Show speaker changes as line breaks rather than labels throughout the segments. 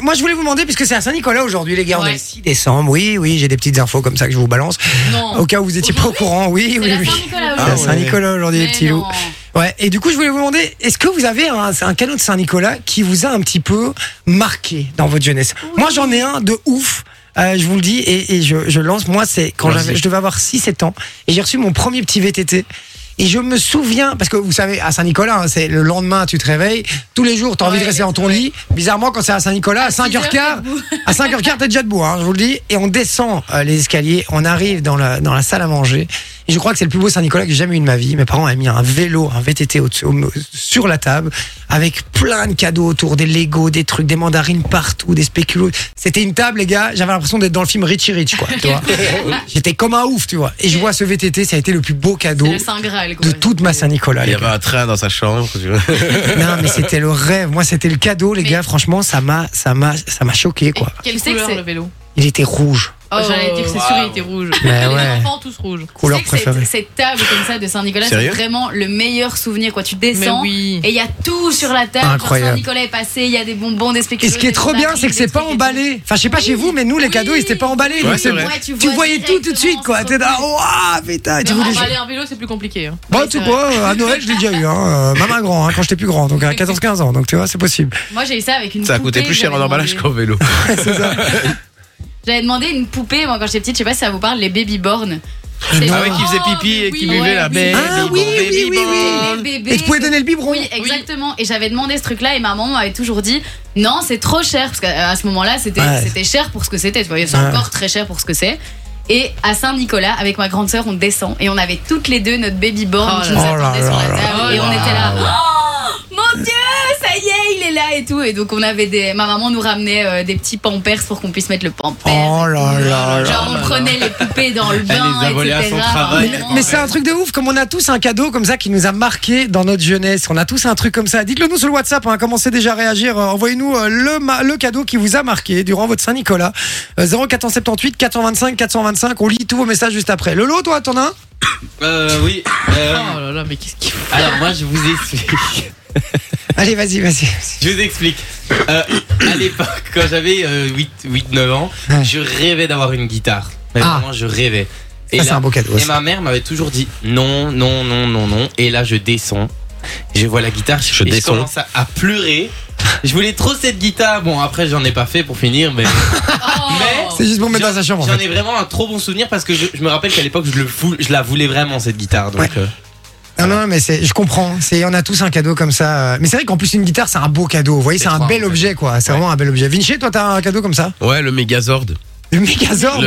moi, je voulais vous demander, puisque c'est à Saint-Nicolas aujourd'hui, les gars, on est
Ouais.
le 6 décembre. Oui, oui, j'ai des petites infos comme ça que je vous balance.
Non.
Au cas où vous étiez pas au courant, oui,
C'est
oui,
la
oui.
Saint-Nicolas
C'est à
aujourd'hui.
ouais.
Saint-Nicolas aujourd'hui, les
Mais
petits
non.
loups. Ouais, et du coup, je voulais vous demander, est-ce que vous avez un, un cadeau de Saint-Nicolas qui vous a un petit peu marqué dans votre jeunesse Moi, j'en ai un de ouf. euh, je vous le dis et, et je, je lance. Moi, c'est quand
Vas-y.
j'avais- je devais avoir 6-7 ans et j'ai reçu mon premier petit VTT. Et je me souviens, parce que vous savez, à Saint-Nicolas, hein, c'est le lendemain, tu te réveilles. Tous les jours, tu as envie de
Ouais,
rester dans ton
ouais.
lit. Bizarrement, quand c'est à Saint-Nicolas, à 5h15, à 5h15, t'es déjà debout, hein, je vous le dis. Et on descend euh, les escaliers, on arrive dans la, dans la salle à manger. Et je crois que c'est le plus beau Saint-Nicolas que j'ai jamais eu de ma vie. Mes parents avaient mis un vélo, un VTT au- au- sur la table, avec plein de cadeaux autour, des Legos, des trucs, des mandarines partout, des spéculoos. C'était une table, les gars, j'avais l'impression d'être dans le film Richie Rich, quoi. tu vois. J'étais comme un ouf, tu vois. Et je vois ce VTT, ça a été le plus beau cadeau
C'est le Saint Graal. quoi.
de toute ma Saint-Nicolas.
Il
les
y
gars.
avait un train dans sa chambre. tu vois.
Non, mais c'était le rêve. Moi, c'était le cadeau, les
Mais-
gars. Franchement, ça m'a, ça m'a, ça m'a choqué, quoi.
Quelle
Tu sais que
couleur
c'est-
le vélo
Il était rouge.
Oh,
J'allais dire, c'est sûr, il était rouge.
Mais
les
Ben ouais.
enfants, tous rouges.
Couleur
Tu sais que
préférée.
Cette, cette table comme ça de Saint-Nicolas, c'est
Sérieux
vraiment le meilleur souvenir. Quoi. Tu
Mais
descends
oui.
et il y a tout sur la table.
Incroyable.
Quand Saint-Nicolas est passé, il y a des bonbons, des spéculoos.
Et ce qui est
des
trop bien,
mandarines,
c'est que
des
c'est pas
trucs et
emballé. Enfin, je sais pas chez vous, mais nous, les cadeaux, ils étaient pas emballés.
Ouais,
donc
c'est
c'est-
tout.
vrai.
Ouais, tu,
Tu
vois
voyais tout tout de suite, quoi. T'es
directement,
là, waouh, putain, tu
Non,
voulais.
emballer un bah, vélo, c'est plus compliqué. hein.
Bon,
Ouais,
Bah, tu
c'est
vois, à Noël, je l'ai déjà eu, hein, euh, même un grand, hein, quand j'étais plus grand, donc à 14-15 ans, donc tu vois, c'est possible.
c'est- Moi, j'ai eu ça avec une
Ça a
poupée.
coûté plus cher en
j'avais
emballage
demandé-
qu'en vélo.
J'avais demandé une poupée, moi, quand j'étais petite. Je sais pas si ça vous parle, les baby born. C'est-
Ah ouais, qui faisait pipi
mais
et qui
oui,
buvait
ouais,
la
oui.
baie.
Ah Oh, oui, oui, oui, oui.
Les bébés.
Et tu pouvais donner le biberon.
Oui, exactement. Et j'avais demandé ce truc-là et ma maman m'avait toujours dit non, c'est trop cher. Parce qu'à à ce moment-là, c'était
Ouais.
c'était cher pour ce que c'était. Tu vois, c'est
Ouais.
encore très cher pour ce que c'est. Et à Saint-Nicolas, avec ma grande sœur, on descend et on avait toutes les deux notre baby born
Oh
qui
là
nous
là.
attendait
Oh là
sur la
là
table
là
et on
là
était là. Oh, mon Dieu, ça y est, il est là et tout. Et donc on avait des, ma maman nous ramenait euh, des petits pampers pour qu'on puisse mettre le pampers.
Oh là là là.
Genre on prenait les poupées dans le bain,
les a volées à son
etc.
travail.
Vraiment.
Mais c'est un truc de ouf, comme on a tous un cadeau comme ça qui nous a marqué dans notre jeunesse. On a tous un truc comme ça. Dites-le nous sur le WhatsApp, hein, commencez déjà à réagir. Euh, Envoyez-nous euh, le, ma- le cadeau qui vous a marqué durant votre Saint-Nicolas. Euh, 0478 425 425, on lit tous vos messages juste après. Lolo, toi, t'en as un
Euh, oui. euh,
Oh là là, mais qu'est-ce qu'il faut
alors, moi, je vous explique.
Allez, vas-y, vas-y.
Je vous explique. Euh, à l'époque, quand j'avais euh, 8-9 ans,
Ouais.
je rêvais d'avoir une guitare. Mais
Ah.
vraiment, je rêvais.
Ça, c'est
là-
un beau cadeau.
Et ma mère m'avait toujours dit non, non, non, non, non. Et là, je descends. Je vois la guitare.
Je
et
descends.
Je commence à, à pleurer. Je voulais trop cette guitare. Bon, après, j'en ai pas fait pour finir, mais
Oh.
Mais-
C'est juste pour mettre dans sa chambre. en
j'en
fait.
ai vraiment un trop bon souvenir parce que je, je me rappelle qu'à l'époque, je, le fou- je la voulais vraiment cette guitare. Donc,
Ouais.
euh,
Non, non, mais c'est, je comprends. C'est, on a tous un cadeau comme ça. euh, Mais c'est vrai qu'en plus, une guitare, c'est un beau cadeau. Vous voyez, c'est
C'est
un
trop
bel
un
objet, quoi. C'est vraiment un bel objet. Vinci, toi, t'as un cadeau comme ça
Ouais, le Megazord.
Le Megazord de-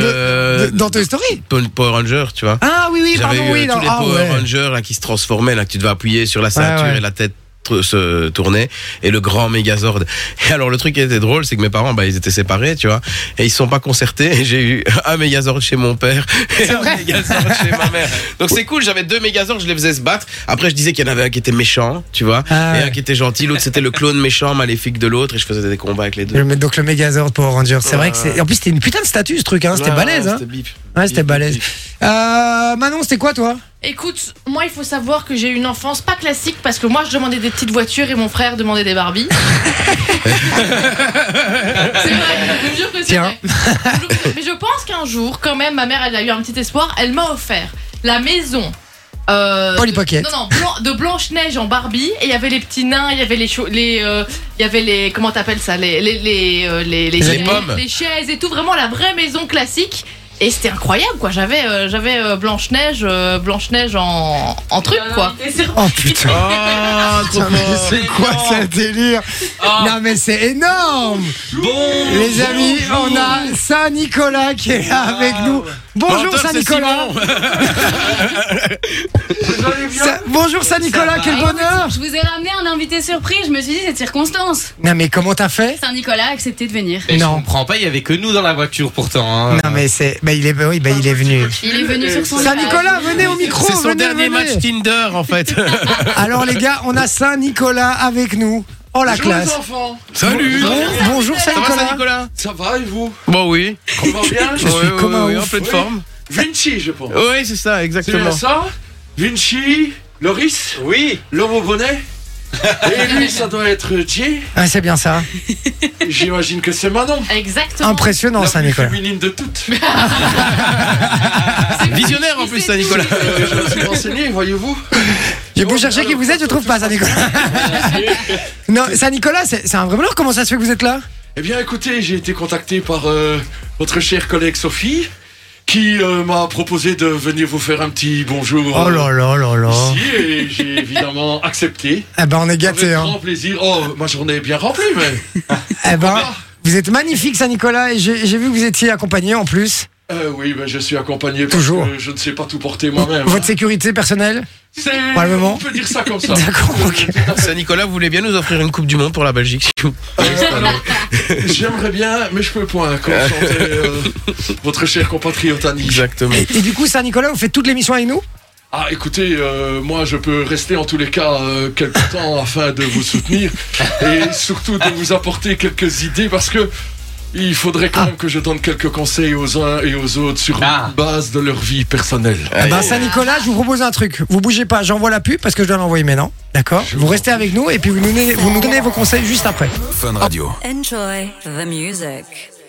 de-
Le...
dans Toy Story
Pow- Power Ranger, tu vois.
Ah oui, oui,
J'avais
pardon,
eu,
oui.
euh,
non,
tous les
ah,
Power
ouais. Ah,
Rangers là, qui se transformaient, là, que tu devais appuyer sur la ceinture
ouais.
et la tête tr- se tournait et le grand Megazord. Et alors le truc qui était drôle c'est que mes parents bah ils étaient séparés tu vois et ils se sont pas concertés et j'ai eu un Megazord chez mon père et un Megazord chez ma mère. Donc c'est cool, j'avais deux Megazords, je les faisais se battre. Après je disais qu'il y en avait un qui était méchant, tu vois,
Ah
et
ouais.
un qui était gentil, l'autre c'était le clone méchant maléfique de l'autre et je faisais des combats avec les deux.
Je vais mettre donc le Megazord Power Ranger. C'est vrai
Ouais.
que c'est. En plus, c'était une putain de statue ce truc, hein. C'était
Ouais,
balèze, hein.
Ah, c'était bip.
Ouais, c'était
Bip,
balèze.
bip.
Euh, Manon, c'était quoi, toi
Écoute, moi il faut savoir que j'ai eu une enfance pas classique parce que moi je demandais des petites voitures et mon frère demandait des Barbies. c'est vrai, je vous jure que c'est
Tiens.
vrai. Je- Mais je pense qu'un jour, quand même, ma mère elle a eu un petit espoir, elle m'a offert la maison. Euh,
Polly Pocket.
Non, non, blan- de Blanche-Neige en Barbie, et il y avait les petits nains, il y avait les. chou- les euh, il y avait les. Comment t'appelles ça les, les, les, euh, les, les,
Les
chaises,
pommes.
les chaises et tout, vraiment la vraie maison classique. Et c'était incroyable, quoi. J'avais euh, j'avais euh, Blanche-Neige euh, Blanche-Neige en, en truc, quoi.
Oh putain.
Oh,
Ah, trop
Putain, mais
fort.
c'est quoi ce délire
Ah.
Non mais c'est énorme
bon,
Les amis, on a Saint-Nicolas qui est là avec nous. Bonjour
Menteur, Ah. Bah, c'est
Saint-Nicolas
Simon.
Ça- Bonjour Saint-Nicolas, quel bonheur
Bah, Je vous ai ramené un invité surpris, je me suis dit cette circonstance.
Non mais comment t'as fait
Saint-Nicolas a accepté de venir.
Et
Non.
Je comprends pas, il y avait que nous dans la voiture pourtant. hein.
Non mais c'est... Bah il est, oui, bah, il est venu.
Il est venu sur son
Saint-Nicolas, venez au micro
C'est son
venez,
dernier
venez.
match Tinder en fait.
Alors les gars, on a Saint-Nicolas avec nous. Oh la classe
enfants,
Salut.
Bon- Bonjour
Ça va
Saint-Nicolas
Saint-Nicolas
ça va et vous
Bon oui.
Comment bien
Je suis comme un ouf.
en pleine forme.
Vinci, je pense.
Oh,
Oui, c'est ça,
C'est bien
exactement.
ça Vinci, Loris,
Oui,
Lobo Bonnet, Et lui, ça doit être Jay.
Ah, c'est bien ça.
J'imagine que c'est Manon.
Exactement.
Impressionnant,
La plus
Saint-Nicolas.
féminine de toutes.
Visionnaire en plus,
Il sait
Saint-Nicolas.
Euh, Je me suis renseigné, voyez-vous.
J'ai beau chercher qui vous êtes, je trouve pas Saint-Nicolas. non, Saint-Nicolas, c'est c'est un vrai bonheur. Comment ça se fait que vous êtes là
Eh bien, écoutez, j'ai été contacté par euh, votre chère collègue Sophie, qui euh, m'a proposé de venir vous faire un petit bonjour.
Oh là là là là.
Ici, et j'ai évidemment accepté.
Eh ben, on est gâtés.
Avec
Hein.
grand plaisir. Oh, ma journée est bien remplie, mais.
Eh ben, vous êtes magnifique, Saint-Nicolas. Et j'ai j'ai vu que vous étiez accompagné en plus.
Euh, oui, ben, je suis accompagné parce
Toujours.
que je ne sais pas tout porter moi-même.
Votre sécurité personnelle
C'est.
Probablement.
On peut dire ça comme ça.
D'accord, ok.
Saint-Nicolas voulait bien nous offrir une Coupe du Monde pour la Belgique. s'il vous plaît.
Euh, alors, J'aimerais bien, mais je peux point. Quand chantait euh, votre cher compatriote Annie.
Exactement.
Et, et du coup, Saint-Nicolas, vous faites toute l'émission avec nous
Ah, écoutez, euh, moi, je peux rester en tous les cas euh, quelque temps afin de vous soutenir et surtout de vous apporter quelques idées parce que il faudrait
Ah.
quand même que je donne quelques conseils aux uns et aux autres sur
Ah.
la base de leur vie personnelle.
Eh ben, Saint-Nicolas, je vous propose un truc. Vous bougez pas, j'envoie la pub parce que je dois l'envoyer maintenant. D'accord Vous restez avec nous et puis vous nous donnez- vous nous donnez vos conseils juste après.
Enjoy the music.